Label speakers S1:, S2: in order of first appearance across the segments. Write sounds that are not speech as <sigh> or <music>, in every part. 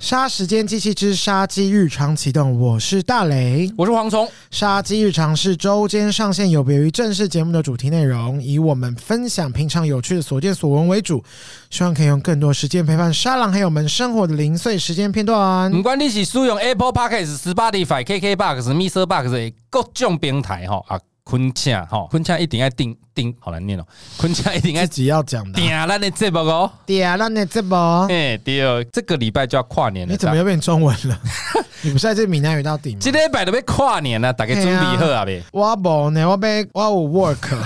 S1: 杀时间机器之杀机日常启动，我是大雷。
S2: 我是蝗虫，
S1: 杀鸡日常是周间上线，有别于正式节目的主题内容，以我们分享平常有趣的所见所闻为主，希望可以用更多时间陪伴沙朗还有我们生活的零碎时间片段。
S2: 唔管你是使用 Apple Podcast、Spotify、KKBox、Mr. Box 的各种平台吼啊，昆恰吼，昆恰一定要订订，好难念哦，昆恰一定要
S1: 自己要讲的啊，
S2: 订咱的节目
S1: <laughs>
S2: 哦。
S1: 点了你这波，
S2: 哎，第二，这个礼拜就要跨年了，
S1: 你怎么又变中文了？你不是在这闽南语到底吗？
S2: 今天摆的要跨年了，大家准备好啊呗。
S1: 我无呢，我被我有 work，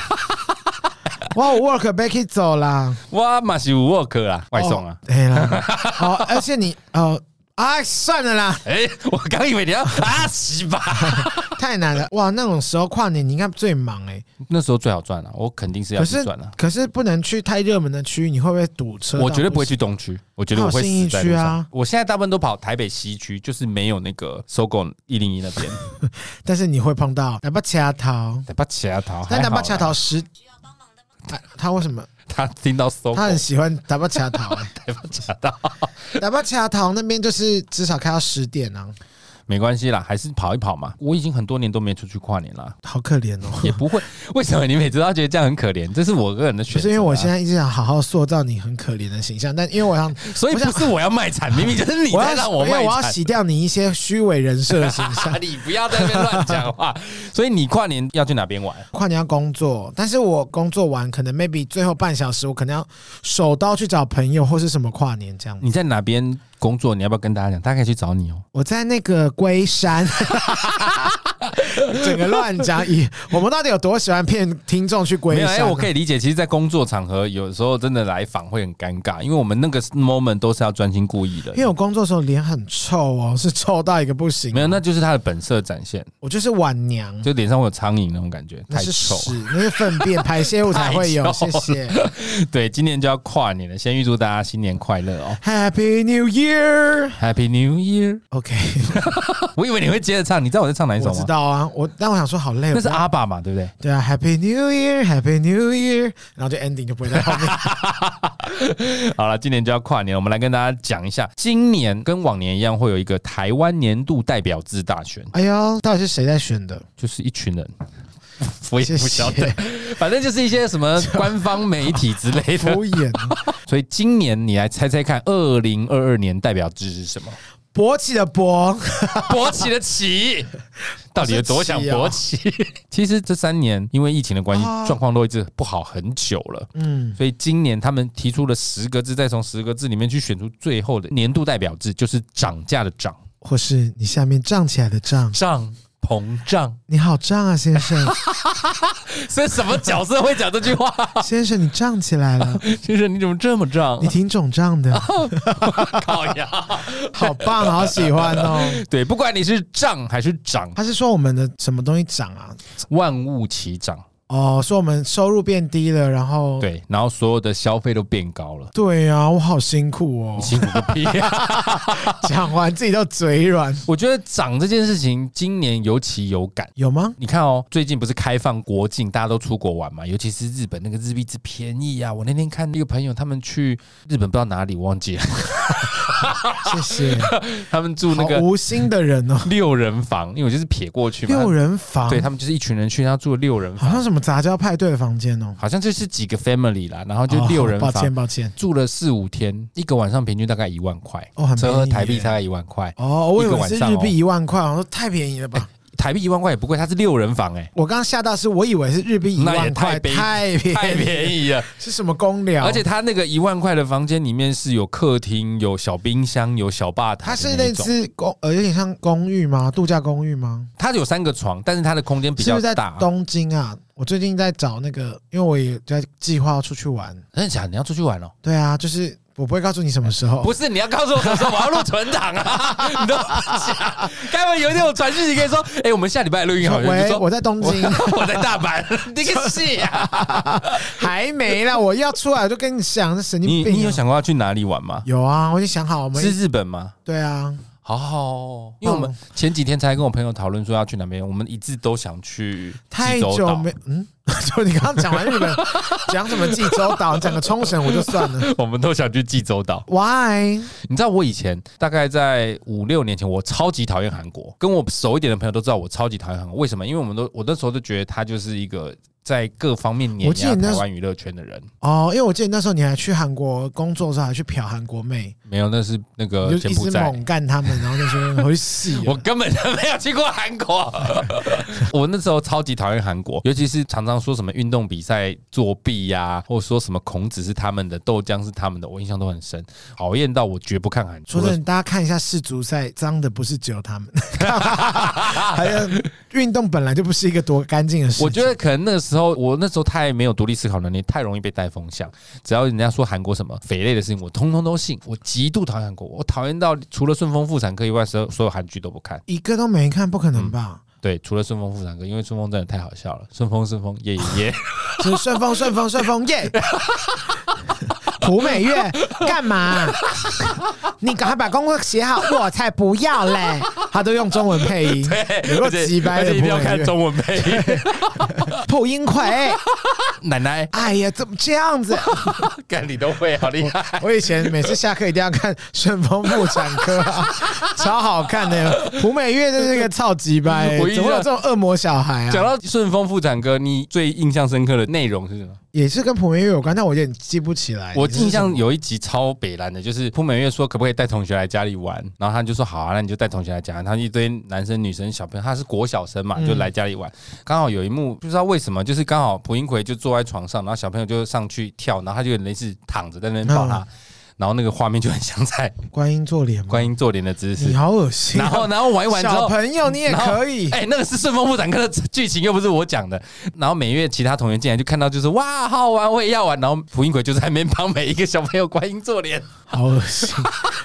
S1: 我有 work 被去走啦，
S2: 我嘛是有 work 啦，外送啊。
S1: 哦，对啦，好，而且你哦。啊，算了
S2: <laughs>
S1: 啦，
S2: 哎、我刚以为你要啊西吧，
S1: <laughs> 太难了哇！那种时候跨年你应该最忙哎、
S2: 那时候最好赚了、我肯定是要
S1: 可
S2: 去
S1: 是
S2: 赚啊了。
S1: 可是不能去太热门的区域，你啊会不会堵车？
S2: 我绝对不会。去东区，我觉得我会
S1: 还有信
S2: 死
S1: 义
S2: 在
S1: 区
S2: 路
S1: 啊
S2: 上。我现在大部分都跑台北西区，就是没有那个搜狗一零一那
S1: <laughs>
S2: 边。
S1: 但是你会碰到南巴恰桃，
S2: 南巴奇亚桃，
S1: 但
S2: 啊还
S1: 南巴
S2: 好啦
S1: 恰，桃十，他他为什么？
S2: 他听到搜狗
S1: 他很喜欢南巴恰
S2: <laughs>
S1: 桃、欸，
S2: 南巴奇亚桃，
S1: 南巴恰桃那边就是至少开到十点啊，
S2: 没关系啦，还是跑一跑嘛。我已经很多年都没出去跨年了，
S1: 好可怜哦。
S2: 也
S1: <laughs>
S2: 不会。为什么你每次都觉得这样很可怜？这是我个人的选
S1: 不
S2: 择、啊。
S1: 是因为我现，在一直想好好塑造你很可怜的形象，但因为我
S2: <laughs>
S1: 想，
S2: 所以不是我要卖惨，明明就是你
S1: 我
S2: 在
S1: 要
S2: 让我
S1: 因
S2: 卖
S1: 为我要
S2: 惨。
S1: 洗掉你一些虚伪人设的形象。
S2: 你不要在那边乱讲话。 <laughs> 所以你跨年要去哪边玩？
S1: 跨年要工作，但是我工作完可能 maybe 最后半小时，我可能要手刀去找朋友或是什么跨年这样。
S2: 你在哪边工作？你要不要跟大家讲？大概去找你哦。
S1: 我在那个龟山， <laughs> 整个乱讲。以我们到底有多喜欢骗听众去龟
S2: 没有，
S1: 山、
S2: 哎、
S1: 啊？
S2: 我可
S1: 以。
S2: 以理解。其实，在工作场合，有时候真的来访会很尴尬，因为我们那个 moment 都是要专心故意的
S1: 因。为我工作的时候脸很臭哦，是臭到一个不行。
S2: 没有，那就是他的本色展现，
S1: 我就是晚娘，
S2: 就脸上会有苍蝇那种感觉，
S1: 嗯那
S2: 太
S1: 是
S2: 臭。
S1: 屎，那是粪便排泄物才会有。
S2: <laughs> 太臭
S1: 谢
S2: 了
S1: 谢。
S2: <laughs> 对，今年就要跨年了，先预祝大家新年快乐
S1: <laughs>
S2: 哦
S1: Happy New Year。
S2: ，Happy New Year！ <laughs>
S1: OK，
S2: 我以为你会接着唱，你知道我在唱哪一
S1: 我
S2: 首
S1: 知
S2: 吗？
S1: 道啊，我但我想说好累，
S2: 那是
S1: 我不
S2: 阿爸嘛，对不对？
S1: 对啊，Happy New Year，Happy New Year，然后就 ending 就不会在后面。嗯
S2: 好了，今年就要跨年了，我们来跟大家讲一下，今年跟往年一样，会有一个台湾年度代表制大选，
S1: <laughs> 哎呦，到底是谁在选的？
S2: 就是一群人， <laughs> 我也
S1: 谢
S2: 不
S1: 谢
S2: 晓得，反正就是一些什么官方媒体之类
S1: <laughs>
S2: 的。
S1: 敷衍，
S2: 所以今年你来猜猜看，二零二二年代表制是 <laughs> 什么？
S1: 勃起的勃，
S2: 勃起的 <laughs> 起，到底有多想勃起？啊 <laughs> 其实这三年因为疫情的关系
S1: 啊，
S2: 状况都一直不好很久了。
S1: 嗯，
S2: 所以今年他们提出了十个字，再从十个字里面去选出最后的年度代表字，就是涨价的涨，
S1: 或是你下面胀起来的胀，
S2: 胀膨胀。
S1: 你好胀啊，先生，
S2: <laughs> 所以什么角色会讲这句话？
S1: 先生你胀起来了，
S2: 先生，你怎么这么胀
S1: 你？挺肿胀 <laughs> 的，
S2: <laughs> 靠呀！
S1: 好棒，好喜欢哦。
S2: 对，不管你是胀还是涨，
S1: 他是说我们的什么东西涨啊？
S2: 万物齐涨。
S1: 哦，说我们收入变低了，然后
S2: 对，然后所有的消费都变高了。
S1: 对啊，我好辛苦哦 <laughs>
S2: 你，辛苦个屁！
S1: 讲完自己都嘴软，
S2: 我觉得涨这件事情今年尤其有感。
S1: 有吗？
S2: 你看哦，最近不是开放国境，大家都出国玩嘛，尤其是日本那个日币之便宜啊！我那天看一个朋友，他们去日本不知道哪里
S1: <laughs>
S2: 忘记了，
S1: 谢 <laughs> 谢，
S2: 他们住那
S1: 好
S2: 个
S1: 无心的人哦，
S2: 六人房，因为我就是撇过去嘛，
S1: 六人房，
S2: 对他们就是一群人去，他住了六人
S1: 好像
S2: 房，
S1: 什么杂交派对的房间哦，
S2: 好像就是几个 family 啦，然后就六人
S1: 哦抱
S2: 房。
S1: 歉抱歉，
S2: 住了四五天，一个晚上平均大概一万块，
S1: 哦很
S2: 折
S1: 便
S2: 合
S1: 宜
S2: 台币
S1: 耶
S2: 大概一万块，
S1: 哦，我以
S2: 一个
S1: 为
S2: 晚
S1: 是
S2: 上
S1: 日
S2: 哦
S1: 币一万块，我说太便宜了吧。
S2: 台币一万块也不贵，它是六人房哎、
S1: 我刚刚吓到，是我以为是日币一
S2: 那也
S1: 万块，
S2: 太便宜
S1: <laughs> 太便宜，
S2: 太便宜了。
S1: 是什么公聊？
S2: 而且他那个一万块的房间里面是有客厅、有小冰箱、有小吧台
S1: 它
S2: 的
S1: 是
S2: 那
S1: 那
S2: 一种，
S1: 只公，呃，有点像公寓吗？度假公寓吗？
S2: 它有三个床，但是它的空间比
S1: 是不
S2: 较
S1: 是在
S2: 大。
S1: 东京啊？我最近在找那个，因为我也在计划要出去玩。
S2: 真的假的？你要出去玩哦？
S1: 对啊，就是我不会告诉你什么时候。
S2: 不是，你要告诉我什么时候我要录存档啊？你都 <laughs> 不讲，该不会有一天我传讯息跟你说，哎、我们下礼拜录音好
S1: 我
S2: 了，你就
S1: 喂，
S2: 说
S1: 我在东京，
S2: <laughs> 我我在
S1: <laughs>
S2: 大阪，你个屁啊！
S1: 还没啦，我要出来我就跟你讲，那神
S2: 你
S1: 经病啊、
S2: 你有想过要去哪里玩吗？
S1: 有啊，我已经想好，我们
S2: 是日本吗？
S1: 对啊，
S2: 好好哦，因为我们
S1: 哦
S2: 前几天才跟我朋友讨论说要去哪边，我们一致都想去
S1: 太
S2: 济州
S1: 久
S2: 岛。
S1: 没嗯， <laughs> 就你刚刚讲完日本，讲什么济州岛，你讲个冲绳我就算了。
S2: <laughs> 我们都想去济州岛。
S1: Why？
S2: 你知道我以前大概在五六年前，我超级讨厌韩国，跟我熟一点的朋友都知道我超级讨厌韩国。为什么？因为我们都我那时候就觉得他就是一个在各方面碾
S1: 我记得
S2: 压
S1: 你那
S2: 台
S1: 时
S2: 湾娱乐圈的人。
S1: 哦，因为我记得那时候你还去韩国工作的时候，还去嫖韩国妹，
S2: 没有，那是那
S1: 你
S2: 个
S1: 就
S2: 呃柬
S1: 一
S2: 埔
S1: 直
S2: 寨。
S1: 猛干他们，然后那些人回去洗。
S2: <laughs> 我根本就没有去过韩国， <laughs> 我那时候超级讨厌韩国，尤其是常常说什么运动比赛作弊呀、或者说什么孔子是他们的，豆浆是他们的，我印象都很深，讨厌到我绝不看韩。
S1: 说
S2: 除了
S1: 真的，大家看一下世足赛，脏的不是只有他们， <laughs> 还有运动本来就不是一个多干净的事情。
S2: 我觉得可能那个时候，我那时候太没有独立思考能力，太容易被带风向。只要人家说韩国什么匪类的事情，我通通都信。我极度讨厌韩国，我讨厌到除了《顺风妇产科》以外，所有所有韩剧都不看。
S1: 一个都没看，不可能吧？
S2: 对，除了《顺风妇产科》，因为《顺风》真的太好笑了，《顺风顺风耶耶耶》
S1: 就是顺风顺风顺风耶！胡美月干嘛？你赶快把功课写好，我才不要嘞！他都用中文配音，有
S2: 而
S1: 个
S2: 且
S1: 鸡掰
S2: 而
S1: 的
S2: 且一
S1: 胡
S2: 定要
S1: 美
S2: 看
S1: 月，
S2: 中文配音。
S1: <laughs> 蒲英奎。
S2: 奶奶，
S1: 哎呀，怎么这样子？
S2: 干你都会，好厉害！
S1: 我以前每次下课一定要看《顺风妇产科》啊，超好看的。胡美月真是个超级掰、
S2: 我印
S1: 怎
S2: 象
S1: 么会有这种恶魔小孩
S2: <laughs> 讲
S1: 啊？
S2: 到顺丰妇产科，你最印象深刻的内容是什么？
S1: 也是跟蒲美月有关，但我有点记不起来。
S2: 我
S1: 哎你是
S2: 印象
S1: 什么
S2: 有一集超北蓝的，就是朴美月说可不可以带同学来家里玩，然后他就说好啊，那你就带同学来家。然后一堆男生女生小朋友，他是国小生嘛，
S1: 嗯
S2: 就来家里玩。刚好有一幕不知道为什么，就是刚好蒲英奎就坐在床上，然后小朋友就上去跳，然后他就有点类似躺着在那边抱
S1: 嗯
S2: 他，然后那个画面就很像在
S1: 观音坐莲吗？
S2: 观音坐莲的姿
S1: 你
S2: 势。
S1: 好恶心啊、
S2: 然后，然后玩一玩之后
S1: 小，朋友你也可以。
S2: 哎、那个是《顺风妇产科》的剧情，又不是我讲的。然后每月其他同学进来就看到，就是哇，好好玩，我也要玩。然后蒲英鬼就在那边帮每一个小朋友观音做脸。
S1: 好恶心！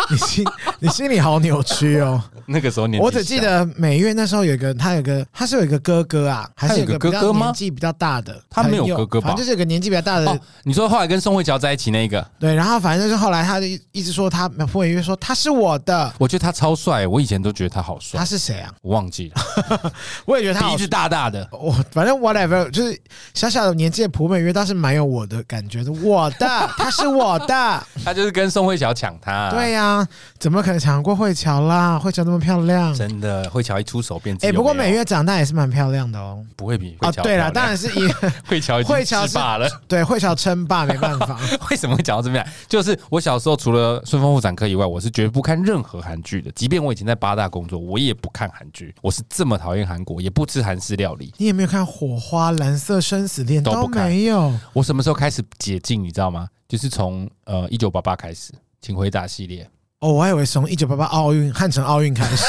S1: 你心你心里好扭曲哦。
S2: 那个时 <laughs> 候年纪
S1: 我只记得美月那时候有一个，她有个，她是有一个哥哥啊，还是
S2: 她有
S1: 个
S2: 个
S1: 比较
S2: 哥哥吗
S1: 年纪比较大的朋友，
S2: 她没有哥哥吧
S1: 反正就是有个年纪比较大
S2: 小
S1: 的
S2: 哦，你说后来跟宋慧乔在一起那个，
S1: 对，然后反正就是后来他就一一直说他傅美月说他是我的，
S2: 我觉得他超帅，我以前都觉得他好帅
S1: 他，是谁啊？
S2: 我忘记了，
S1: 我也觉得他
S2: 鼻
S1: 好
S2: 子。大大的。
S1: 我反正 whatever，就是小小的年纪的蒲美月倒是蛮有我的感觉的，我的，他是我
S2: <laughs>
S1: 的，
S2: 他就是跟宋慧乔抢他，
S1: 对呀、怎么可能抢过慧乔啦？慧乔那么漂亮，
S2: 真的，慧乔一出手变自
S1: 哎、
S2: 由没有。
S1: 不过美月长大也是蛮漂亮的哦。
S2: 不会比慧
S1: 啊，
S2: 乔
S1: 对
S2: 了，
S1: 了，当然是以
S2: 慧乔已
S1: 慧
S2: 经
S1: 乔
S2: 制
S1: 是
S2: 霸了。
S1: <laughs> 对慧乔称霸没办
S2: <laughs>
S1: 法，
S2: 为什么会讲到这边来？就是我小时候除了《顺风妇产科》以外，我是绝不看任何韩剧的。即便我以前在八大工作，我也不看韩剧。我是这么讨厌韩国，也不吃韩式料理。
S1: 你有没有看《火花》《蓝色生死恋》
S2: 都不
S1: 都
S2: 看
S1: 没有？
S2: 我什么时候开始解禁？你知道吗？就是从呃一九八八开始，《请回答》系列。
S1: 哦，我还以为从一九八八奥运汉城奥运开始，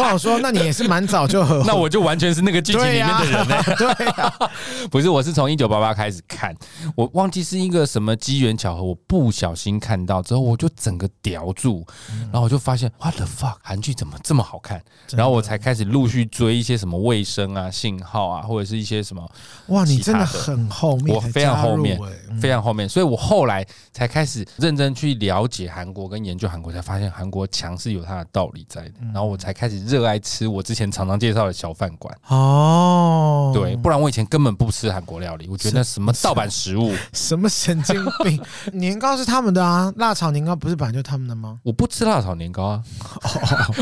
S1: 我 想说，那你也是蛮早就和
S2: 那我就完全是那个剧情里
S1: 哦对啊
S2: 面
S1: 呀
S2: 的人呢、
S1: 对啊
S2: <laughs>
S1: 呀、
S2: 不是，我是从一九八八开始看，我忘记是一个什么机缘巧合，我不小心看到之后，我就整个叼住，然后我就发现 what the fuck，韩剧怎么这么好看？
S1: 嗯真的
S2: 然后我才开始陆续追一些什么卫生啊、信号啊，或者是一些什么
S1: 哇，你
S2: 其他
S1: 真的
S2: 的
S1: 很后面
S2: 我
S1: 才
S2: 非常
S1: 加
S2: 后
S1: 入
S2: 面
S1: 欸嗯
S2: 非常后面，所以我后来才开始认真去了解韩国跟研究韩国，才发现韩国强是有它的道理在的。
S1: 嗯
S2: 然后我才开始热爱吃我之前常常介绍的小饭馆，
S1: 哦，啊
S2: 对，，不然我以前根本不吃韩国料理，我觉得那什么盗版食物。
S1: 什么神经
S2: <laughs>
S1: 病？年糕是他们的啊，辣炒年糕不是本来就他们的吗？
S2: 我不吃辣炒年糕啊！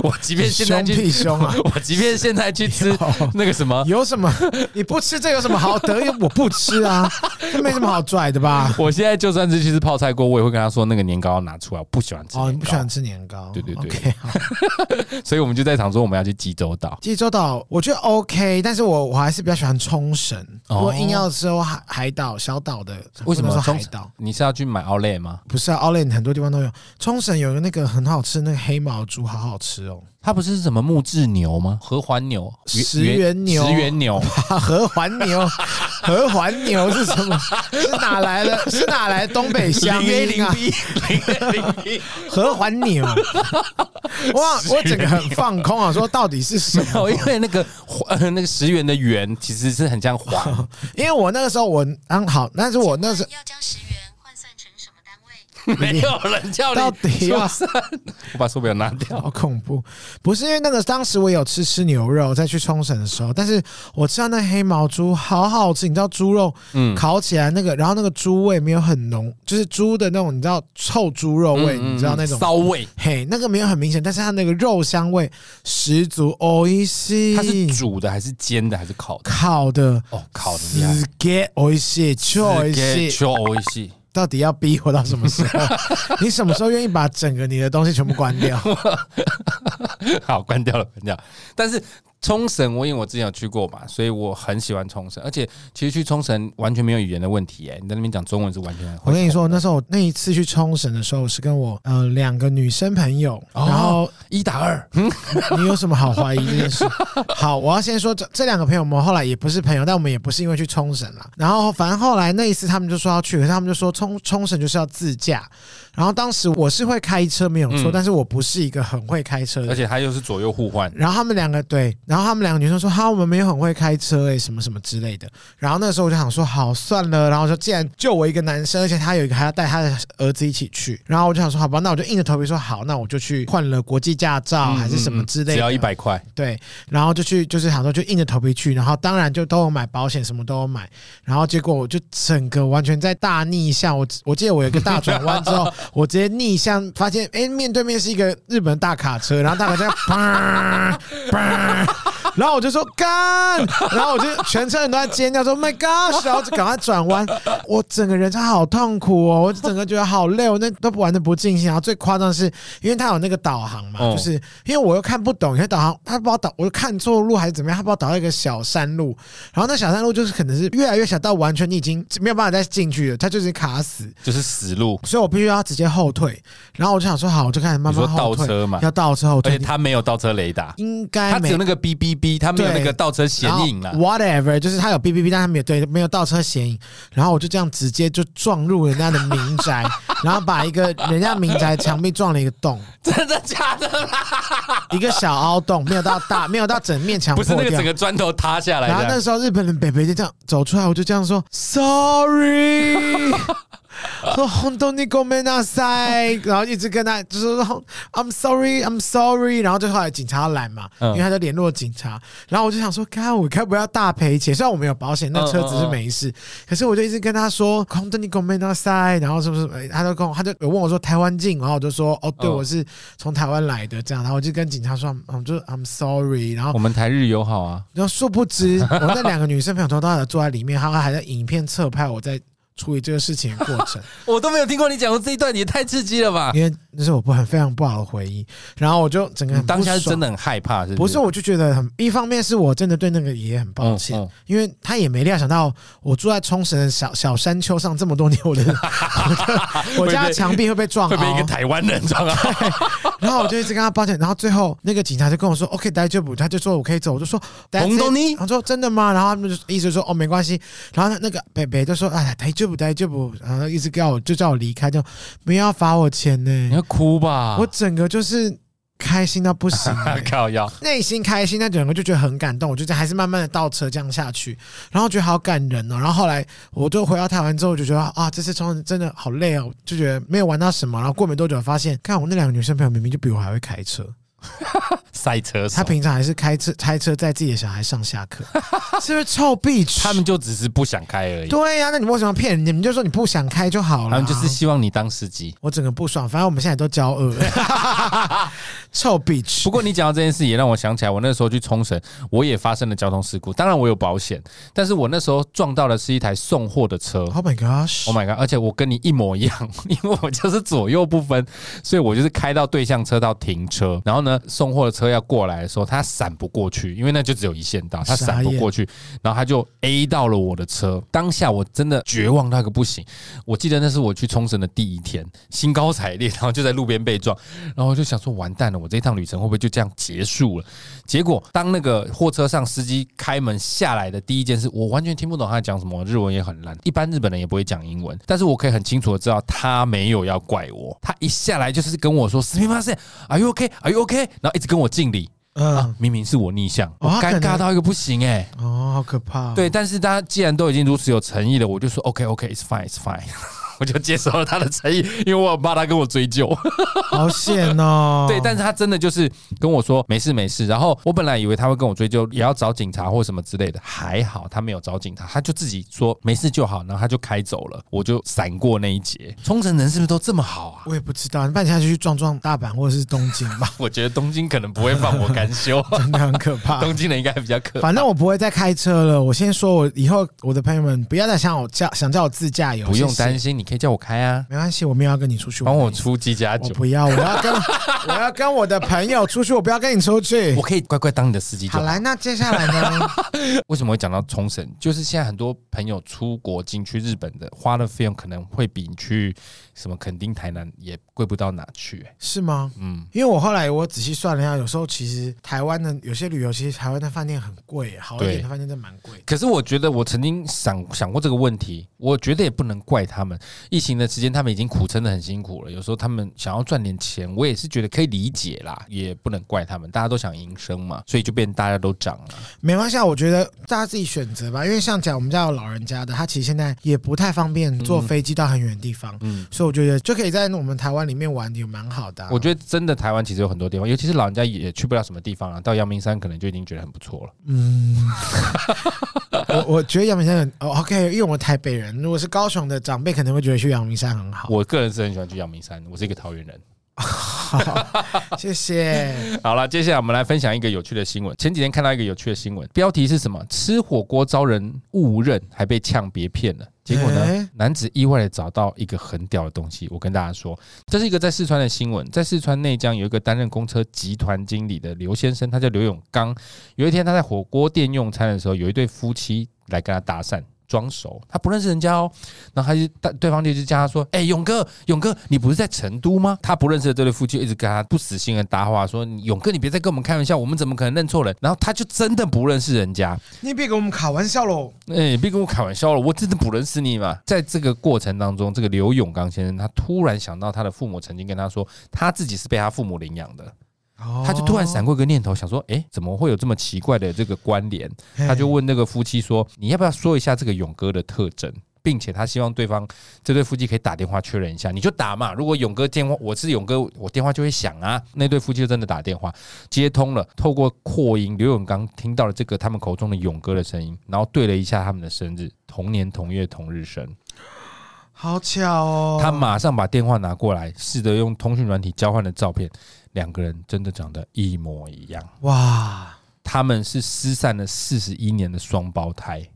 S2: 我即便现在
S1: 哦凶
S2: 去
S1: 屁，凶
S2: <laughs>
S1: 啊！ <laughs>
S2: 我即便现在去吃那个什么，
S1: 有什么？你不吃这有什么好得意？我不吃
S2: <laughs>
S1: 啊，这没什么好拽的吧？
S2: 我现在就算是去吃泡菜锅，我也会跟他说那个年糕要拿出来，我不喜欢吃。
S1: 哦，你不喜欢，吃年糕？
S2: 对对对
S1: OK，好。
S2: 所以我们就在想说我们要去济州岛。
S1: 济州岛我觉得 OK，但是我我还是比较喜欢冲绳。
S2: 哦
S1: 如果硬要说海海岛小岛的，
S2: 为什么
S1: 不能说
S2: 冲
S1: 海
S2: 绳
S1: 岛？
S2: 你是要去买 Outlet 吗？
S1: 不是啊，Olen 很多地方都有。冲绳有个那个很好吃，那个黑毛猪好好吃哦， <laughs>
S2: 它不是什么木质牛吗？合环牛、原
S1: 石原牛
S2: 石
S1: <laughs>
S2: 原牛，
S1: 啊合环
S2: <laughs>
S1: 牛，合环牛是什么？是哪来的？是哪来的东北乡
S2: 零 A
S1: 音
S2: 零
S1: 啊？ <laughs>
S2: B 零 A 零 B。
S1: 合环
S2: <laughs>
S1: 牛，哇！我整个很放空啊，说到底是什
S2: 没有，
S1: 么？
S2: 哦因为那个呃那个石原的圆其实是很像环，
S1: <laughs> 嗯因为我那个时候我刚好，但是我那时候
S3: 要将十元换算成什么单位？
S2: 没有人叫
S1: 到
S2: 你
S1: 底要
S2: 畜生，我把手表拿掉。
S1: 好恐怖！不是因为那个，当时我有吃吃牛肉，在去冲绳的时候，但是我吃到那黑毛猪好好吃，你知道猪肉
S2: 嗯，
S1: 烤起来那个，然后那个猪味没有很浓，就是猪的那种，你知道臭猪肉味，
S2: 嗯
S1: 你知道那种
S2: 嗯骚味，
S1: 嘿，那个没有很明显，但是它那个肉香味十足，哦一西，
S2: 它是煮的还是煎的还是烤的？
S1: 烤的，
S2: 哦，烤的厉害。
S1: 死给哦一西，就一西，
S2: <laughs> 求欧西，
S1: 到底要逼我到什么时候？你什么时候愿意把整个你的东西全部关掉？
S2: 好，关掉了，关掉了。但是冲绳，我因为我之前有去过嘛，所以我很喜欢冲绳，而且其实去冲绳完全没有语言的问题、哎，你在那边讲中文是完全
S1: 我
S2: 会。
S1: 跟你说，那时候我那一次去冲绳的时候，我是跟我呃两个女生朋友，
S2: 哦
S1: 然后
S2: 一打二，
S1: 你有什么好怀疑这件
S2: <laughs>
S1: 事？好，我要先说这这两个朋友，我们后来也不是朋友，但我们也不是因为去冲绳啦。然后反正后来那一次他们就说要去，可是他们就说冲冲绳就是要自驾。然后当时我是会开车没有错，
S2: 嗯
S1: 但
S2: 但
S1: 是我不是一个很会开车的
S2: 而且它又是左右互换，
S1: 然后他们两个对，然后他们两个女生说：“哈，我们没有很会开车诶、什么什么之类的。”然后那时候我就想说：“好，算了。”然后说：“既然就我一个男生，而且他有一个还要带他的儿子一起去。”然后我就想说：“好吧，那我就硬着头皮说好，那我就去换了国际驾照、啊还是什么之类的，
S2: 嗯只要一百块，
S1: 对。”然后就去就是想说就硬着头皮去，然后当然就都有买保险，什么都有买。然后结果我就整个完全在大逆向，我我记得我有一个大转弯之后，我直接逆向发现，哎，面对面是一个日本大卡车，然后大卡车砰砰。然后我就说干，然后我就全车人都在尖叫说 “My God”，然后就赶快转弯。我整个人真的好痛苦哦，我整个觉得好累，我那都玩的不尽兴。然后最夸张的是，因为他有那个导航嘛，
S2: 哦
S1: 就是因为我又看不懂，因为导航他不知道导，我就看错路还是怎么样，他不知道导到一个小山路，然后那小山路就是可能是越来越小，到完全你已经没有办法再进去了，它就是卡死，
S2: 就是死路。
S1: 所以我必须要直接后退。然后我就想说，好，我就开始慢
S2: 你说
S1: 慢
S2: 倒
S1: 后退，
S2: 车嘛，
S1: 要倒车后
S2: 而
S1: 退，
S2: 且它没有倒车雷达，
S1: 应
S2: 它
S1: 该
S2: 只
S1: 没
S2: 有那个哔哔哔，它没有
S1: 对
S2: 那个倒车显影
S1: 了
S2: 啦。
S1: Whatever，就是它有 B B B，但它没有对没有倒车显影。然后我就这样直接就撞入人家的民宅， <laughs> 然后把一个人家民宅墙壁撞了一个洞，
S2: 真的假的啦？
S1: 一个小凹洞，没有到大，没有到整面墙
S2: 不
S1: 破掉。
S2: 是那个整个砖头塌下来
S1: 然后
S2: 的
S1: 那。时候日本人北北就这样走出来，我就这样说 sorry，说红豆你给我们那塞，然后一直跟他就是说 I'm sorry，I'm sorry，然后就后来警察来嘛，
S2: 嗯
S1: 因为他就联络警察，然后我就想说，看我该不要大赔钱，虽然我没有保险，那车子是没
S2: 嗯
S1: 事，可是我就一直跟他说红豆你给我们那塞，然后是不是？哎他就跟我他就有问我说台湾进，然后我就说哦，对，
S2: 嗯
S1: 我是从台湾来的这样，然后我就跟警察说，嗯我就 I'm sorry，然后
S2: 我们台日友好啊，
S1: 然后殊不
S2: <laughs>
S1: 知，我那两个女生朋友从头到尾坐在里面，她们还在影片侧拍我在处理这个事情的过
S2: <laughs>
S1: 程，
S2: 我都没有听过你讲过这一段，也太刺激了吧！
S1: 因为那是我不很非常不好的回忆。然后我就整个
S2: 你
S1: 很
S2: 当下是
S1: 不爽
S2: 真的很害怕，是
S1: 不
S2: 是
S1: 是，？我就觉得很，一方面是我真的对那个也很抱歉，
S2: 嗯嗯
S1: 因为他也没料想到我住在冲绳的小小山丘上这么多年，我的我的
S2: <laughs>
S1: 我家的墙壁会被撞
S2: 会被一个
S1: 凹，
S2: 台湾人撞啊！
S1: <laughs> 然后我就一直跟他抱歉，然后最后那个警察就跟我说 OK，待就不，他就说我可以走，我就说
S2: 红豆泥
S1: 他说真的吗？然后他们就一直说哦没关系，然后那个北北就说哎待就不待就不，然后一直叫我就叫我离开，就没有要罚我钱呢、
S2: 你要哭 <laughs> 吧？。
S1: 我整个就是开心到不行、欸
S2: <laughs> 靠腰，
S1: 内心开心，但整个就觉得很感动。我就这样还是慢慢的倒车这样下去，然后觉得好感人哦。然后后来我就回到台湾之后，我就觉得啊，这次冲绳真的好累哦，就觉得没有玩到什么。然后过没多久发现，看我那两个女生朋友明明就比我还会开
S2: <laughs>
S1: 车，
S2: 塞车手
S1: 她，平常还是开车开车载自己的小孩上下
S2: <laughs>
S1: 课，是不是臭 b
S2: 他们就只是不想开而
S1: <laughs>
S2: 已，
S1: 对啊呀、那你为什么要骗人家？你就说你不想开就好
S2: 啊他
S1: 了。
S2: 们就是希望你当司机。
S1: 我整个不爽，反正我们现在都骄傲
S2: <laughs>
S1: 了，臭 bitch
S2: 不。过你讲到这件事，也让我想起来，我那时候去冲绳，我也发生了交通事故。当然我有保险，但是我那时候撞到的是一台送货的车。
S1: Oh my gosh！
S2: Oh my god！而且我跟你一模一样， <laughs> 因为我就是左右不分，所以我就是开到对向车道停车，然后呢，送货的车要过来的时候，他闪不过去，因为那就只有一线道，他闪不过去，然后他就 A 到了我的车。当下我真的绝望到一个不行，我记得那是我去冲绳的第一天，兴高采烈，然后就在路边被撞，然后我就想说完蛋了，我这一趟旅程会不会就这样结束了？结果当那个货车上司机开门下来的第一件事，我完全听不懂他在讲什么，日文也很烂，一般日本人也不会讲英文，但是我可以很清楚的知道他没有要怪我，他一下来就是跟我说すみません，Are you okay? Are you okay? 然后一直跟我敬礼，啊
S1: 嗯，
S2: 明明是我逆向，我
S1: 哦他
S2: 尴
S1: 可能
S2: 尬到一个不行哎、
S1: 哦，好可怕、哦。
S2: 对，但是大家既然都已经如此有诚意了，我就说 OK OK，it's fine，it's fine。 <laughs> 我就接受了他的诚意，因为我很怕他跟我追究。。
S1: 好险哦
S2: 对，但是他真的就是跟我说没事没事，然后我本来以为他会跟我追究，也要找警察或什么之类的，还好他没有找警察，他就自己说没事就好，然后他就开走了，我就闪过那一劫。冲绳人是不是都这么好啊？
S1: 我也不知道，你半下就去撞撞大阪或者是东京吧， <laughs>
S2: 我觉得东京可能不会放我甘 <laughs> 休，
S1: 真的很可怕。
S2: 东京人应该比较可怕。
S1: 反正我不会再开车了。我先说，我以后我的朋友们不要再想我叫想叫我自驾游，
S2: 不用
S1: 谢谢
S2: 担，心，你可以叫我开啊，
S1: 没关系，我没有要跟你出去，
S2: 帮我
S1: 没
S2: 出鸡加
S1: 我
S2: 酒，
S1: 不要，我要跟我要跟我的朋友出去，我不要跟你出去
S2: <laughs> 我。可以乖乖当你的司机就
S1: 好
S2: 好。
S1: 来，那接下来呢？ <laughs>
S2: 为什么会讲到冲绳？就是现在很多朋友出国进去日本的，花的费用可能会比你去什么垦丁、台南也贵不到哪去、欸
S1: 是吗？
S2: 嗯，
S1: 因为我后来我仔细算了一下，有时候其实台湾的有些旅游，其实台湾的饭店很贵，好一点的饭店真的蛮贵的。
S2: 可是我觉得我曾经想想过这个问题，我觉得也不能怪他们。疫情的时间，他们已经苦撑的很辛苦了，有时候他们想要赚点钱，我也是觉得可以理解啦，也不能怪他们，大家都想营生嘛，所以就变大家都涨了。
S1: 没关系，啊，我觉得大家自己选择吧。因为像讲我们家有老人家的，他其实现在也不太方便坐飞机到很远的地方，
S2: 嗯。
S1: 所以我觉得就可以在我们台湾里面玩，也蛮好的啊、
S2: 我觉得真的台湾其实有很多地方，尤其是老人家也去不了什么地方啊，到阳明山可能就已经觉得很不错了。
S1: 嗯，我我觉得阳明山很哦 OK，因为我台北人，如果是高雄的长辈，可能会觉得去阳明山很
S2: <laughs>
S1: 好。
S2: 我个人是很喜欢去阳明山，我是一个桃园人。
S1: 好，谢谢。
S2: <laughs> 好了，接下来我们来分享一个有趣的新闻。前几天看到一个有趣的新闻，标题是什么？吃火锅遭人误认，还被呛别骗了。结果呢，
S1: 诶
S2: 男子意外的找到一个很屌的东西。我跟大家说，这是一个在四川的新闻，在四川内江有一个担任公车集团经理的刘先生，他叫刘永刚。有一天他在火锅店用餐的时候，有一对夫妻来跟他搭讪。装熟，他不认识人家哦，然后他就对对方就一直叫他说：“哎、勇哥，勇哥，你不是在成都吗？”他不认识的这对夫妻一直跟他不死心的搭话，说：“勇哥，你别再跟我们开玩笑，我们怎么可能认错人？”然后他就真的不认识人家，
S1: 你别给我们开玩笑喽！
S2: 哎、别跟我开玩笑了，我真的不认识你嘛！在这个过程当中，这个刘永刚先生他突然想到他的父母曾经跟他说，他自己是被他父母领养的，他就突然
S1: 哦
S2: 闪过一个念头，想说，哎、怎么会有这么奇怪的这个关联？
S1: 嘿，
S2: 他就问那个夫妻说，你要不要说一下这个勇哥的特征？并且他希望对方这对夫妻可以打电话确认一下，你就打嘛。如果勇哥电话，我是勇哥，我电话就会响啊。那对夫妻就真的打电话接通了，透过扩音，刘永刚听到了这个他们口中的勇哥的声音，然后对了一下他们的生日，同年同月同日生。
S1: 好巧哦，
S2: 他马上把电话拿过来，试着用通讯软体交换了照片，两个人真的长得一模一样。
S1: 哇，
S2: 他们是失散了四十一年的双胞胎。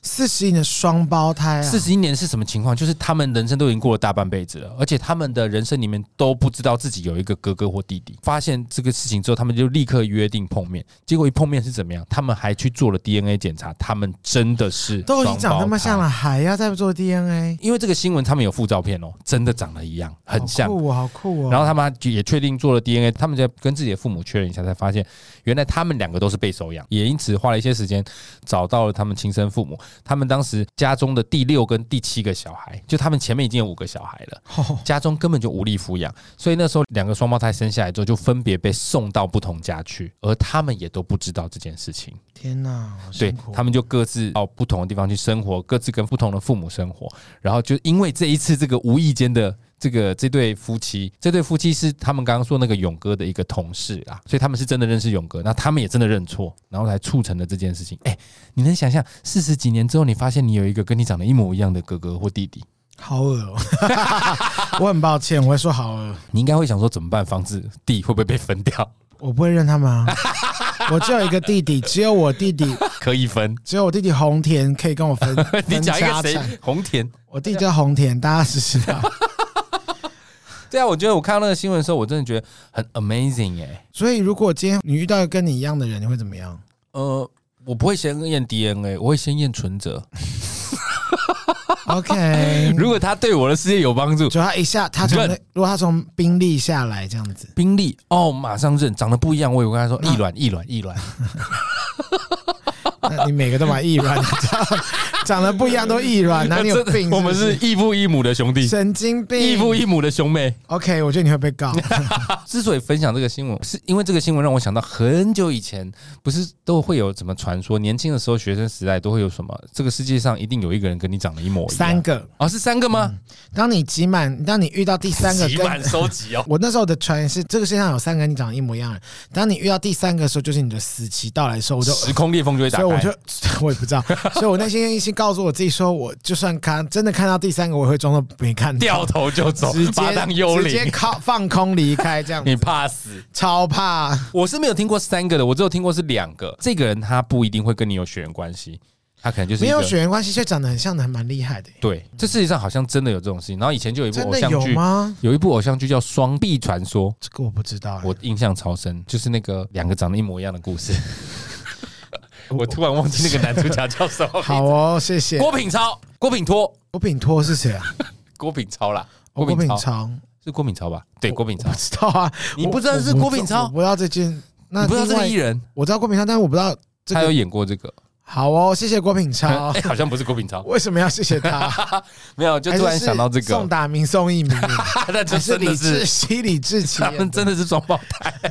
S1: 四十一的双胞胎啊，
S2: 四十一年是什么情况？就是他们人生都已经过了大半辈子了，而且他们的人生里面都不知道自己有一个哥哥或弟弟。发现这个事情之后，他们就立刻约定碰面。结果一碰面是怎么样？他们还去做了 DNA 检查，他们真的是
S1: 都已经长那么像
S2: 双胞
S1: 了，
S2: 胎。
S1: 还要再做 DNA，
S2: 因为这个新闻，他们有附照片哦，真的长得一样，很像
S1: 好。酷哦，好酷哦。
S2: 然后他们也确定做了 DNA，他们在跟自己的父母确认一下，才发现原来他们两个都是被收养，也因此花了一些时间找到了他们亲生父母。他们当时家中的第六跟第七个小孩，就他们前面已经有五个小孩了，
S1: <laughs> 后
S2: 家中根本就无力抚养，所以那时候两个双胞胎生下来之后，就分别被送到不同家去，而他们也都不知道这件事情。
S1: 天哪，好
S2: 对
S1: 辛苦
S2: 他们就各自到不同的地方去生活，各自跟不同的父母生活。然后就因为这一次这个无意间的这个这对夫妻，这对夫妻是他们刚刚说那个勇哥的一个同事啦，所以他们是真的认识勇哥，那他们也真的认错，然后才促成了这件事情。哎、你能想象四十几年之后，你发现你有一个跟你长得一模一样的哥哥或弟弟，
S1: 好恶哦， <laughs> 我很抱歉，我会说好恶，
S2: 你应该会想说怎么办？防止弟会不会被分掉？ <laughs>
S1: 我不会认他们啊。我只有一个弟弟，只有我弟弟，
S2: 可以分。 <laughs>
S1: 只有我弟弟红田可以跟我分
S2: 你
S1: 分
S2: 讲一
S1: 家
S2: 个谁
S1: 产。？
S2: 红田。
S1: 我弟叫红田，大家只知道。
S2: <laughs> 对啊，我觉得我看到那个新闻的时候，我真的觉得很 amazing 哎、
S1: 所以，如果今天你遇到一个跟你一样的人，你会怎么样？
S2: 呃，我不会先验 DNA，我会先验存折。
S1: OK，
S2: 如果他对我的事业有帮助，
S1: 就他一下，他从那
S2: 认
S1: 如果他从宾利下来这样子，
S2: 宾利哦，马上认，长得不一样，我有跟他说
S1: 那 <laughs>
S2: 一卵一卵一卵，
S1: 那你每个都买一软，你知道 <laughs> 长得不一样都异卵，哪里有病是
S2: 真
S1: 不
S2: 的我们是异父异母的兄弟，
S1: 神经病。
S2: 异父异母的兄妹。
S1: OK，我觉得你会被
S2: <laughs>
S1: 告。
S2: 之所以分享这个新闻，是因为这个新闻让我想到很久以前，不是都会有什么传说，年轻的时候学生时代都会有什么，这个世界上一定有一个人跟你长得一模一样。
S1: 三个，
S2: 哦，是三个吗？
S1: 当你集满，当你遇到第三个
S2: 集
S1: 跟
S2: 满收集哦。
S1: 我那时候的传言是，这个世界上有三个跟你长得一模一样的人。当你遇到第三个的时候，就是你的死期到来的时候，我就，
S2: 时空裂缝就会打
S1: 所以我
S2: 开
S1: 就，我也不知道，所以我内心一心告诉我自己说，我就算看真的看到第三个，我也会装作没看到，
S2: 掉头就走
S1: 直，接
S2: 把他当幽
S1: 直接
S2: 灵，
S1: 靠放空离开，这样
S2: 你怕死。
S1: 超怕。
S2: 我是没有听过三个的，我只有听过是两个。这个人他不一定会跟你有血缘关系，他可能就是
S1: 没
S2: 一个
S1: 有血缘关系却长得很像的，还蛮厉害的耶、
S2: 对，这世界上好像真的有这种事情。然后以前就有一部
S1: 真
S2: 偶
S1: 的
S2: 像
S1: 有
S2: 剧，
S1: 吗？
S2: 有一部偶像剧叫《双臂传说》，
S1: 这个我不知道耶、欸
S2: 我印象超深，就是那个两个长得一模一样的故事。 <laughs> 我突然忘记那个男主角叫什么名字，
S1: 好哦，谢谢。
S2: 郭品超、郭品托、
S1: 郭品托是谁啊？
S2: 郭品超啦，
S1: 哦
S2: 郭
S1: 郭品
S2: 品超
S1: 超，
S2: 是郭品超吧？对，郭品
S1: <laughs>
S2: 超
S1: 不，知道啊。
S2: 你
S1: 我
S2: 不知道
S1: 我
S2: 是
S1: 我
S2: 郭
S1: 不
S2: 品
S1: 我
S2: 超，
S1: 不知道这件，那
S2: 你不知道这
S1: 另外
S2: 个艺人，
S1: 我知道郭品超，但是我不知道这
S2: 他有
S1: 个。
S2: 演过这个。
S1: 好哦，谢谢郭品超
S2: <laughs> 哎，。好像不是郭品超，
S1: <laughs> 为什么要谢谢他？
S2: 没 <laughs> 有，就突然想到这
S1: 还是是宋
S2: 个，
S1: 达明、宋
S2: <laughs>
S1: 一鸣，
S2: 那就
S1: 还是
S2: 真的
S1: 李
S2: 是
S1: 志熙、李志奇
S2: 他
S1: 演
S2: 们
S1: 的？
S2: 真的是双胞胎。 <laughs>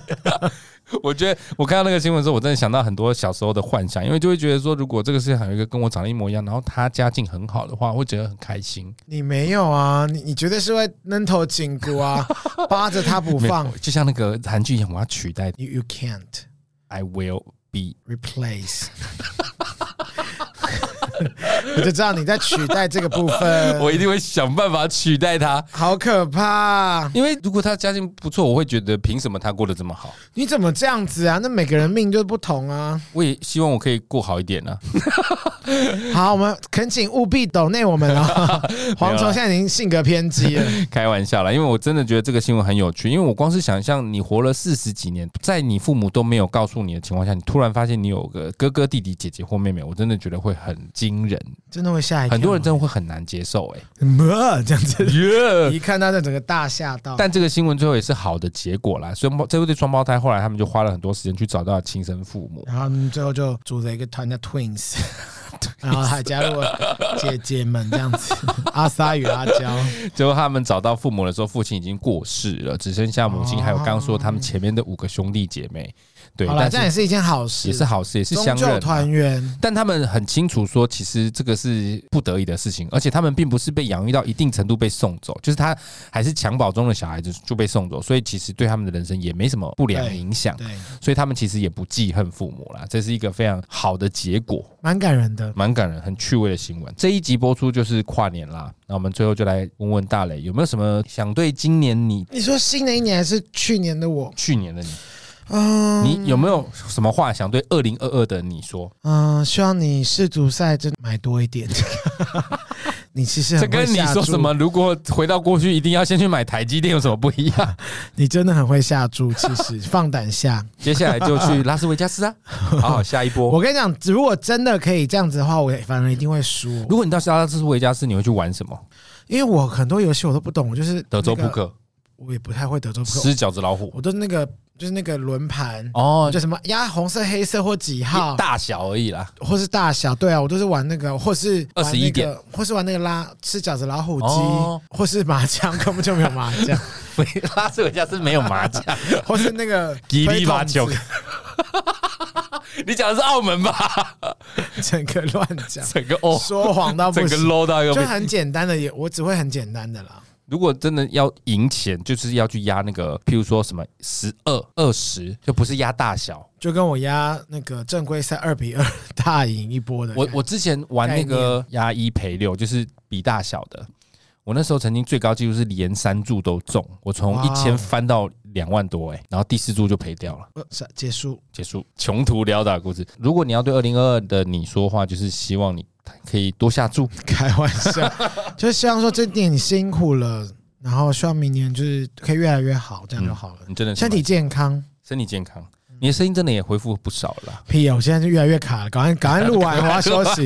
S2: 我觉得我看到那个新闻的时候，我真的想到很多小时候的幻想，因为就会觉得说，如果这个世界上有一个跟我长得一模一样，然后他家境很好的话，会觉得很开心。
S1: 你没有啊？你你绝对是会闷头紧箍
S2: <laughs>
S1: 啊，扒着他不
S2: 没有
S1: 放。
S2: 就像那个韩剧一样，我要取代
S1: You you can't
S2: I will be。
S1: replace。我就知道你在取代这个部分，
S2: <laughs> 我一定会想办法取代他，
S1: 好可怕！
S2: 因为如果他家境不错，我会觉得凭什么他过得这么好？
S1: 你怎么这样子啊？那每个人命就是不同啊。
S2: 我也希望我可以过好一点啊呢、
S1: 好，我们恳请务必抖内我们
S2: <laughs>
S1: 啊。蝗虫现在已经性格偏激了，
S2: 开玩笑啦，因为我真的觉得这个新闻很有趣，因为我光是想象你活了四十几年，在你父母都没有告诉你的情况下，你突然发现你有个哥哥、弟弟、姐姐或妹妹，我真的觉得会很惊人，
S1: 真的会吓一跳。
S2: 很多人真的会很难接受、
S1: <laughs>
S2: 欸。
S1: 么这样子，
S2: 哎
S1: 一看到这整个大吓到。
S2: 但这个新闻最后也是好的结果啦，双胞这对双胞胎后来他们就花了很多时间去找到亲生父
S1: <laughs>
S2: 母。
S1: 然后他们最后就组了一个团叫
S2: <laughs>
S1: Twins，然后还加入了姐姐们这样
S2: <laughs>
S1: 子，阿莎与阿娇。
S2: 最后他们找到父母的时候，父亲已经过世了，只剩下母亲，还有刚刚说他们前面的五个兄弟姐妹。对，
S1: 哦好了，
S2: 但
S1: 这样也
S2: 是
S1: 是一件好事，
S2: 也是好事，也是
S1: 终
S2: 相认
S1: 究
S2: 啊。
S1: 团圆。
S2: 但他们很清楚说，其实这个是不得已的事情，而且他们并不是被养育到一定程度被送走，就是他还是襁褓中的小孩子就被送走，所以其实对他们的人生也没什么不良影响，
S1: 对，
S2: 所以他们其实也不记恨父母啦，这是一个非常好的结果，
S1: 蛮感人的。
S2: 蛮感人、很趣味的新闻。这一集播出就是跨年啦，那我们最后就来问问大磊有没有什么想对今年你、
S1: 你说新的一年还是去年的我？
S2: 去年的你，
S1: 嗯，
S2: 你有没有什么话想对二零二二的你说？
S1: 嗯，希望你世足赛真买多一点。 <laughs> 你其实很
S2: <laughs> 这
S1: 会
S2: 跟你
S1: 下
S2: 说
S1: 注
S2: 什么？？如果回到过去，一定要先去买台积电，有什么不一样？ <laughs>
S1: 你真的很会下注，其实放胆下。
S2: 接下来就去拉斯维加斯 <laughs> 啊！好，下一波。
S1: 我跟你讲，如果真的可以这样子的话，我也反正一定会输，
S2: 如果你到拉斯维加斯，你会去玩什么？
S1: 因为我很多游戏我都不懂，我就是
S2: 德州
S1: 那个
S2: 扑，克、
S1: 我也不太会德州扑克，
S2: 吃饺子老虎。
S1: 我都是那个就是那个轮盘，
S2: 哦，
S1: 就什么压红色、黑色或几号
S2: 一，大小而已啦。 <laughs>
S1: 或是大小，对啊，我都是玩那个，或是玩那个
S2: 21点，
S1: 或是玩那个拉吃饺子老虎机，
S2: 哦
S1: 或是麻将， <laughs> 根本就没有麻
S2: <laughs>
S1: 将，
S2: 拉斯维加斯没有
S1: <laughs>
S2: 麻将，
S1: 或是那个
S2: 吉利麻
S1: 推
S2: 将
S1: 筒子 <laughs>
S2: 你讲的是澳
S1: <laughs>
S2: 门吧？
S1: 整个乱讲，
S2: 整个哦，
S1: 说谎到
S2: 整
S1: 不
S2: 个
S1: 行，
S2: low 到一个不
S1: 就
S2: 行。
S1: 很简单的，也我只会很简单的啦。
S2: 如果真的要赢钱，就是要去压那个，譬如说什么十二、二十，就不是压大小。
S1: 就跟我压那个正规赛二比二大赢一波的感
S2: 我
S1: 觉，
S2: 我之前玩那个压一赔六，就是比大小的。我那时候曾经最高纪录是连三注都中，我从
S1: 哇
S2: 一
S1: 哦
S2: 千翻到两万多哎、然后第四注就赔掉了，
S1: 呃是结束。 <laughs>
S2: 结束。穷途潦倒的故事。如果你要对二零二二的你说话，就是希望你可以多下注。
S1: 开玩笑，
S2: <laughs>
S1: 就是希望说这点你辛苦了，然后希望明年就是可以越来越好，这样就好了。
S2: 你真的是
S1: 身体嗯健康，
S2: 身体健康，你的声音真的也恢复不少了啦。
S1: 屁啊！我现在就越来越卡了，赶快赶快录完，我要休
S2: <laughs>
S1: 息。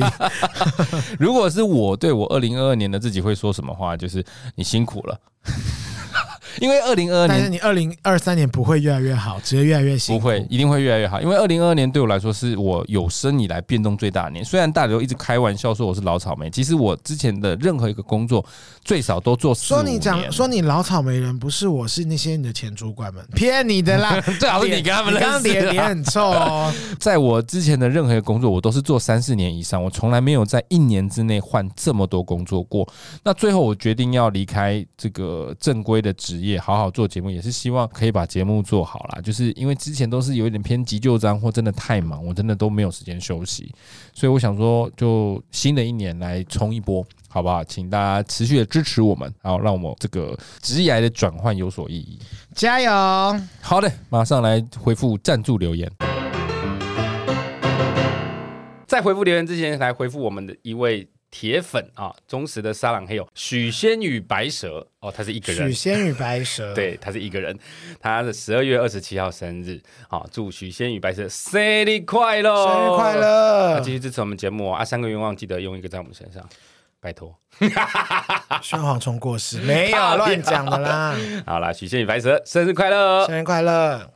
S2: 如果是我对我二零二二年的自己会说什么话，就是你辛苦了。 <laughs> 因为二零二二
S1: 但是
S2: 年
S1: 你二零二三年不会越来越好，只会越来越辛
S2: 不
S1: 苦。
S2: 会，一定会越来越好。因为二零二二年对我来说是我有生以来变动最大的年。虽然大刘一直开玩笑说我是老草莓，其实我之前的任何一个工作最少都做四
S1: 说
S2: 五
S1: 你
S2: 年。
S1: 讲说你老草莓人不是我是那些你的前主管们骗你的
S2: <laughs>
S1: 啦，
S2: <laughs> 最好是哦你
S1: 脸
S2: 跟他们
S1: 你
S2: 认
S1: 刚刚
S2: 识
S1: 脸脸
S2: 啊。
S1: 很臭
S2: <laughs>
S1: 哦，
S2: 在我之前的任何一个工作，我都是做三四年以上，我从来没有在一年之内换这么多工作过。那最后我决定要离开这个正规的职业，好好做节目，也是希望可以把节目做好啦。就是因为之前都是有一点偏急救章，或真的太忙，我真的都没有时间休息，所以我想说，就新的一年来冲一波。好不好？请大家持续的支持我们，然后让我们这个职业的转换有所意义。
S1: 加油！
S2: 好的，马上来回复赞助留言。在回复留言之前，来回复我们的一位铁粉啊，忠实的沙朗黑友许仙与白蛇哦，他是一个
S1: 许
S2: 人。
S1: 仙与白蛇，
S2: 对，他是一个人，他的十二月二十七号生日，好、祝许仙与白蛇生日快乐，
S1: 生日快
S2: 啊！
S1: 乐
S2: 继！续支持我们节目哦啊！三个愿望记得用一个在我们身上，拜托。
S1: 宣黄虫过世没有乱讲的啦，
S2: 好啦，许仙与白蛇生日快乐！
S1: 生日快乐！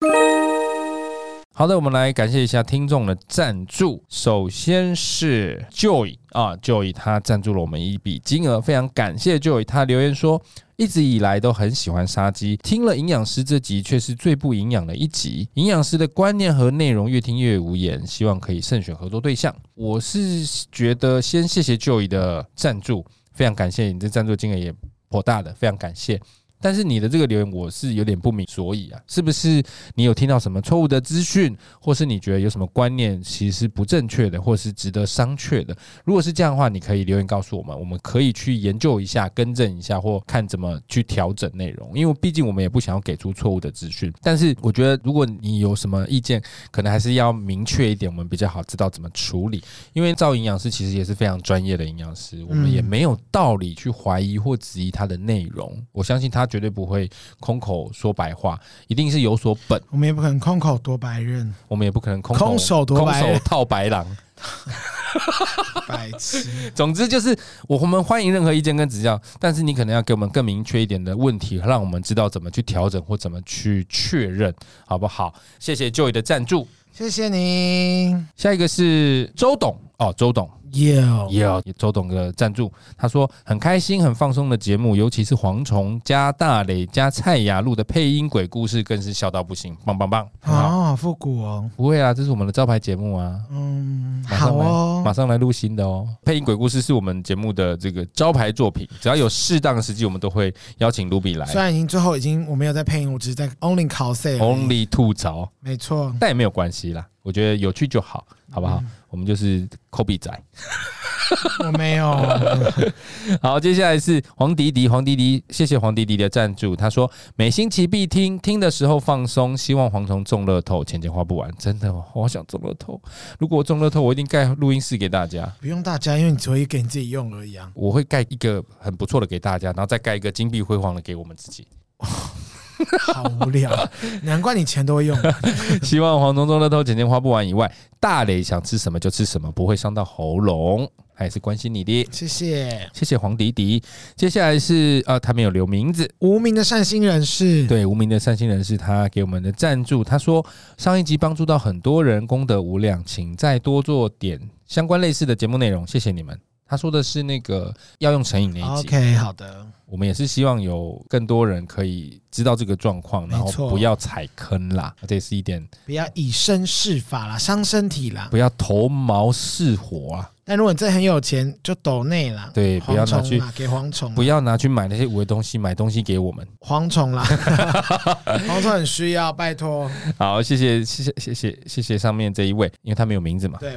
S2: 好的，我们来感谢一下听众的赞助。首先是 Joy 啊，Joy 他赞助了我们一笔金额，非常感谢 Joy。他留言说，一直以来都很喜欢杀鸡，听了营养师这集却是最不营养的一集。营养师的观念和内容越听越无言，希望可以慎选合作对象。我是觉得先谢谢 Joy 的赞助，非常感谢你这赞助金额也颇大的，非常感谢。但是你的这个留言我是有点不明所以啊，是不是你有听到什么错误的资讯，或是你觉得有什么观念其实是不正确的，或是值得商榷的？如果是这样的话，你可以留言告诉我们，我们可以去研究一下、更正一下，或看怎么去调整内容。因为毕竟我们也不想要给出错误的资讯，但是我觉得如果你有什么意见，可能还是要明确一点，我们比较好知道怎么处理。因为赵营养师其实也是非常专业的营养师，我们也没有道理去怀疑或质疑他的内容。我相信他绝对不会空口说白话，一定是有所本。
S1: 我们也不可能空口夺白刃，
S2: 我们也不可能空口
S1: 空手夺白
S2: 空手套白狼。
S1: <laughs> 白痴！
S2: 总之就是，我我们欢迎任何意见跟指教，但是你可能要给我们更明确一点的问题，让我们知道怎么去调整或怎么去确认，好不好？谢谢 Joy 的赞助。
S1: 谢谢你
S2: 下一个是周董哦，周董
S1: ，Yo，
S2: 也有周董的赞助。他说很开心、很放松的节目，尤其是蝗虫加大磊加蔡雅露的配音鬼故事，更是笑到不行，棒棒棒！很好，
S1: 哦，复古哦，
S2: 不会啊，这是我们的招牌节目啊。
S1: 嗯，
S2: 马上
S1: 好
S2: 来马
S1: 哦，
S2: 上来录新的哦。配音鬼故事是我们节目的这个招牌作品，只要有适当的时机，我们都会邀请卢比来
S1: 虽然已经最后已经我没有在配音，我只是在 only cos
S2: ，only 吐槽，
S1: 没错，
S2: 但也没有关系啦。我觉得有趣就好，好不好？
S1: 嗯
S2: 我们就是抠鼻仔。
S1: 我没有， <laughs>
S2: 好，接下来是黄迪迪，黄迪迪，谢谢黄迪迪的赞助。他说每星期必听，听的时候放松，希望蝗虫中乐透，钱钱花不完，真的哦，我好想中乐透。如果我中乐透，我一定盖录音室给大家。
S1: 不用大家，因为你只会给你自己用而已啊。
S2: 我会盖一个很不错的给大家，然后再盖一个金碧辉煌的给我们自己。
S1: 好无 <laughs> 聊，难怪你钱都会用。
S2: <laughs> 希望黄忠忠乐透钱钱花不完以外，大磊想吃什么就吃什么，不会伤到喉咙，还是关心你的。
S1: 谢谢
S2: 谢谢黄迪迪。接下来是呃，他没有留名字，
S1: 无名的善心人士，
S2: 对无名的善心人士他给我们的赞助，他说上一集帮助到很多人，功德无量，请再多做点相关类似的节目内容，谢谢你们。他说的是那个要用成瘾那一集
S1: OK，好的，
S2: 我们也是希望有更多人可以知道这个状况，然后
S1: 没错
S2: 不要踩坑啦，这也是一点
S1: 不要以身试法啦，伤身体啦。
S2: 不要头毛是火啊。
S1: 但如果你真的很有钱，就抖内啦。
S2: 对不要
S1: 蝗
S2: 拿
S1: 虫
S2: 去
S1: 啦，给蝗虫啦，
S2: 不要拿去买那些伪东西，买东西给我们。 <laughs>
S1: 蝗虫啦，蝗虫很需要，拜托。
S2: 好，谢谢，谢谢，谢谢，谢谢上面这一位，因为他没有名字嘛。
S1: 对，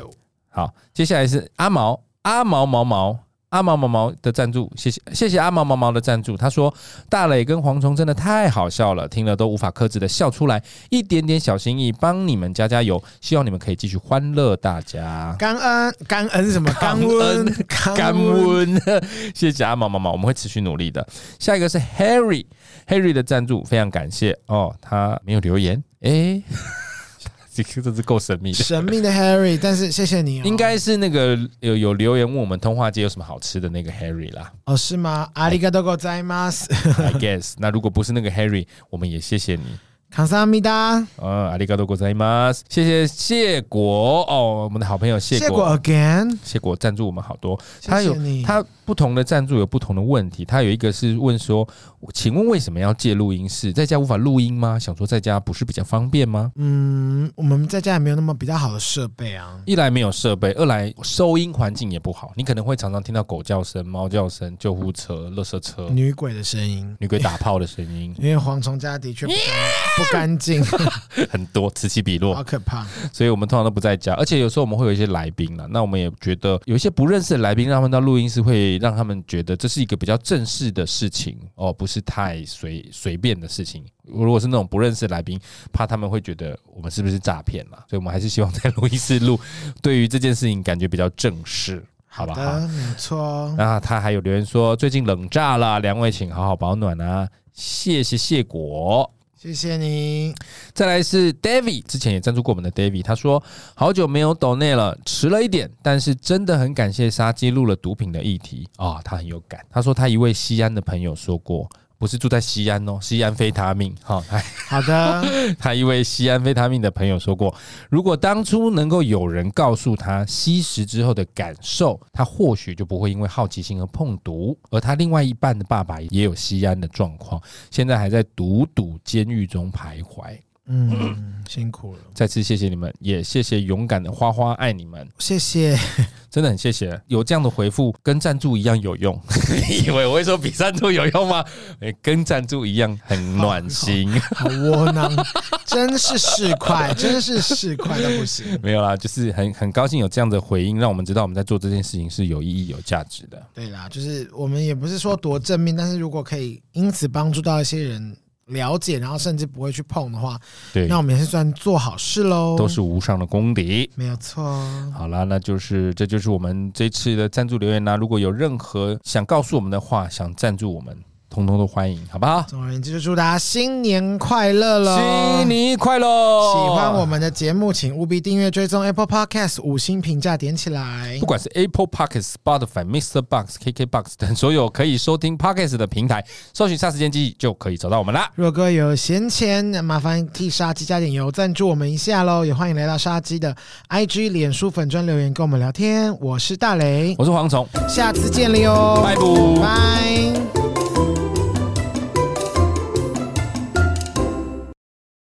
S2: 好，接下来是阿毛，阿毛毛毛。阿毛毛毛的赞助，谢谢谢谢阿毛毛毛的赞助。他说：“大磊跟蝗虫真的太好笑了，听了都无法克制的笑出来，一点点小心意，帮你们加加油，希望你们可以继续欢乐大家。”
S1: 感恩感恩什么？
S2: 感
S1: 感
S2: 恩
S1: 恩
S2: 干
S1: 感恩。
S2: 温， <laughs> 谢谢阿毛毛毛，我们会持续努力的。下一个是 Harry，Harry 的赞助非常感谢哦，他没有留言，诶， <laughs> 这个真是够神秘的。
S1: 神秘的 Harry，但是谢谢你、哦，
S2: 应该是那个有有留言问我们通化街有什么好吃的那个 Harry 啦
S1: 哦是吗？阿里嘎多ございます，
S2: ，I guess。那如 <laughs> 果不是那个 Harry，我们也谢谢你。
S1: 康萨米达，
S2: 嗯，阿里嘎多ございます，谢谢谢国哦，我们的好朋友谢
S1: 谢
S2: 国
S1: 过 again，
S2: 谢国赞助我们好多，
S1: 谢
S2: 他有
S1: 谢你
S2: 他不同的赞助有不同的问题，他有一个是问说，请问为什么要借录音室？在家无法录音吗？想说在家不是比较方便吗？
S1: 嗯，我们在家也没有那么比较好的设备啊，
S2: 一来没有设备，二来收音环境也不好，你可能会常常听到狗叫声、猫叫声、救护车、垃圾车、
S1: 女鬼的声音，
S2: 女鬼打炮的声音
S1: 因为蝗虫家的确不
S2: <laughs>
S1: 干不干净，
S2: 很多，此起彼落
S1: 好。可怕。
S2: 所以我们通常都不在家，而且有时候我们会有一些来宾啦，那我们也觉得有一些不认识的来宾，让他们到录音室，会让他们觉得这是一个比较正式的事情哦，不是太随随便的事情。如果是那种不认识的来宾，怕他们会觉得我们是不是诈骗啦，所以我们还是希望在录音室录，对于这件事情感觉比较正式，好不
S1: 好
S2: 好？
S1: 的，嗯没错。哦
S2: 那他还有留言说，最近冷炸了，两位请好好保暖啊，谢谢谢果。
S1: 谢谢
S2: <laughs>
S1: 你，
S2: 再来是 David，之前也赞助过我们的 David，他说好久没有抖内了，迟了一点，但是真的很感谢杀鸡录了毒品的议题啊、他很有感。他说他一位西安的朋友说过。不是住在西安哦，西安非他命哈、 <laughs> 哦，哎
S1: 好的，
S2: 他一位西安非他命的朋友说过，如果当初能够有人告诉他吸食之后的感受，他或许就不会因为好奇心而碰毒。而他另外一半的爸爸也有西安的状况，现在还在毒赌监狱中徘徊。
S1: 嗯，辛苦了，
S2: 再次谢谢你们，也谢谢勇敢的花花，爱你们，
S1: 谢谢。
S2: 真的很谢谢。有这样的回复，跟赞助一样有用。 <laughs> 你以为我会说比赞助有用吗？诶跟赞助一样很暖 <laughs> 心。
S1: 好窝
S2: <laughs>
S1: 囊，真是市侩，真是市侩到不行。
S2: 没有啦，就是很很高兴有这样的回应，让我们知道我们在做这件事情是有意义、有价值的。
S1: 对啦，就是我们也不是说多正面，但是如果可以因此帮助到一些人了解，然后甚至不会去碰的话，
S2: 对
S1: 那，我们也是算做好事喽。
S2: 都是无上的功底。
S1: 没有错哦。
S2: 好啦，那就是这就是我们这次的赞助留言啦。如果有任何想告诉我们的话，想赞助我们，通通都欢迎，好不好？
S1: 总而言之，就祝大家新年快乐喽！
S2: 新年快乐！
S1: 喜欢我们的节目，请务必订阅、追踪 Apple Podcast，五星评价点起来
S2: 不。管是 Apple Podcast、Spotify、Mr. Box、KK Box 等所有可以收听 Podcast 的平台，搜寻“霎时间机”就可以找到我们啦。
S1: 若各位有闲钱，那麻烦替杀鸡加点油，赞助我们一下喽！也欢迎来到杀鸡的 IG、脸书粉专留言跟我们聊天。我是大雷，
S2: 我是蝗虫，
S1: 下次见了哟，
S2: 拜拜。
S1: 拜。